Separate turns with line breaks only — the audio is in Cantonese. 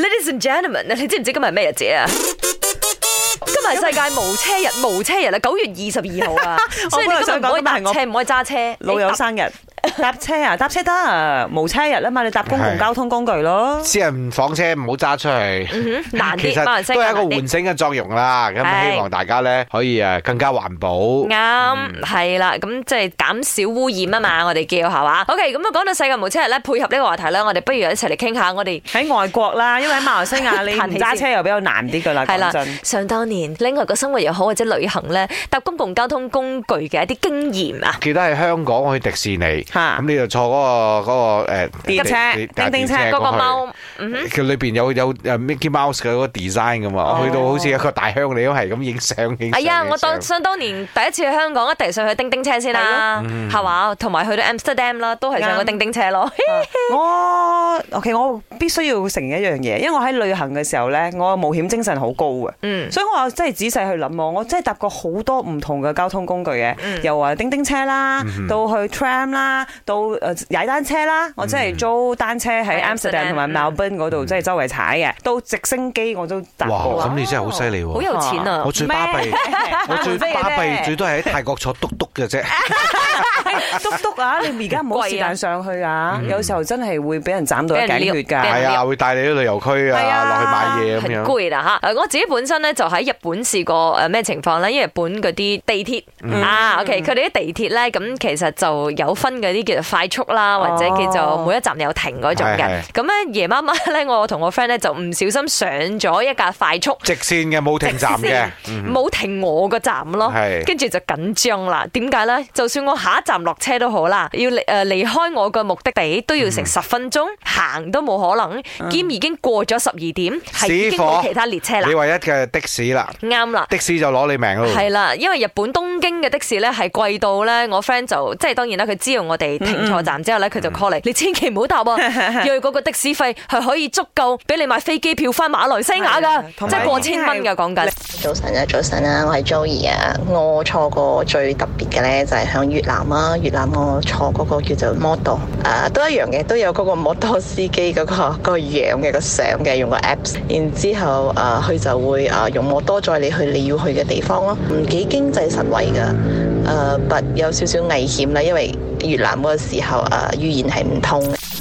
and gentlemen，你知唔知今日咩日子啊？今日係世界無車日，無車日啦，九月二十二號啊
，我
所以你
本來
今日
想
唔
講
可以搭
今日係
車，唔可以
我
揸車。
老友生日，搭車啊，搭車得啊，無車日啊嘛，你搭公共交通工具咯。
私人房車唔好揸出去。
嗯哼難
其
啲，
實
馬來西
都
亞
係一個
難啲
喚醒嘅作用啦，咁
係
希望大家咧可以誒更加環保。
啱，係啦，咁即係減少污染啊嘛，我哋叫係嘛。OK，咁啊講到世界無車日咧，配合呢個話題咧，我哋不如一齊嚟傾下我哋
喺外國啦，因為喺馬來西 亞你
嘆氣
唔揸車又比較難啲噶啦，
係啦
講真。
想當年喺外國生活又好或者旅行咧，搭公共交通工具嘅一啲經驗啊。
記得喺香港我去迪士尼，
嚇
咁你就坐嗰個呃嗰個誒
電車叮叮車
嗰個貓，嗯
佢裏邊有有誒 Mickey Mouse 嘅嗰個 design 噶嘛，
哦
我去到好似一個大鄉里咁係咁影相影相。
哎呀，
影
我當
相
想當年第一次去香港，一定上去叮叮車先啦，係
嗯
嘛？同埋去到 Amsterdam 啦，都係上個
啱
叮叮車
啊
咯。
我 OK，我必須要承認一樣嘢，因為我喺旅行嘅時候呢，我冒險精神好高嘅，
嗯
所以我真係仔細去諗喎，我真係搭過好多唔同嘅交通工具嘅，又話叮叮車啦，到去 tram 啦，到呃踩單車啦，我真係租單車喺
喺 Amsterdam，
Amsterdam 同埋 Melbourne 嗰度，真係周圍踩嘅，到直升機我都搭
哇，
過。
咁你真係好犀利
好
喎！
有錢啊
我！最巴閉， 我最巴閉最
最
多係喺泰國坐篤篤嘅啫。
嘟嘟啊！你而家唔好是但上去啊，
嗯
有時候真係會俾人斬到一
俾
頸血
人撩
㗎。
係啊，會帶你去旅遊區
係
啊，
啊
落去買嘢
哎很
咁樣。
攰啦嚇！誒我自己本身咧就喺日本試過誒咩情況咧？因為日本嗰啲地
嗯
鐵啊，OK，佢哋啲地鐵咧咁其實就有分嗰啲叫做快速啦，或者叫做每一站有停嗰種
哦係
嘅
係。
咁咧夜媽媽咧，我同我 friend 咧就唔小心上咗一架快速。
直線嘅冇停站
直
嘅嗯
線，冇停我個站咯
係，
跟住就緊張啦。點解呢？就算我下一站落車都好啦，要離誒離開我個目的地都要
嗯
成十分鐘，行都冇可
嗯
能，兼已經過咗十二點，係已經冇其他列車啦
你，唯嗯一嘅的士啦，
啱啦。
的士就攞你命咯。
係啦，因為日本東京嘅的士咧係貴到咧，我 friend 就即係當然啦，佢知道我哋停錯站之
嗯
後咧，佢就 call 你，你千祈唔好搭
嗯
啊，因為嗰個的士費係可以足夠俾你買飛機票翻馬來西亞
係
㗎，
啊同
即
埋
係過千蚊㗎講緊。
早晨啊，早晨啊，我係 Joey 啊。我坐過最特別嘅呢，就係響越南啊。越南我坐嗰個叫做 model，啊都一樣嘅，都有嗰個 model 司機嗰、個、 個樣嘅個相嘅，用個 apps。然之後啊，佢就會啊用 model 載你去你要去嘅地方咯，唔幾經濟實惠啊㗎。誒、不有少少危險啦，因為越南嗰個時候誒、啊語言係唔通嘅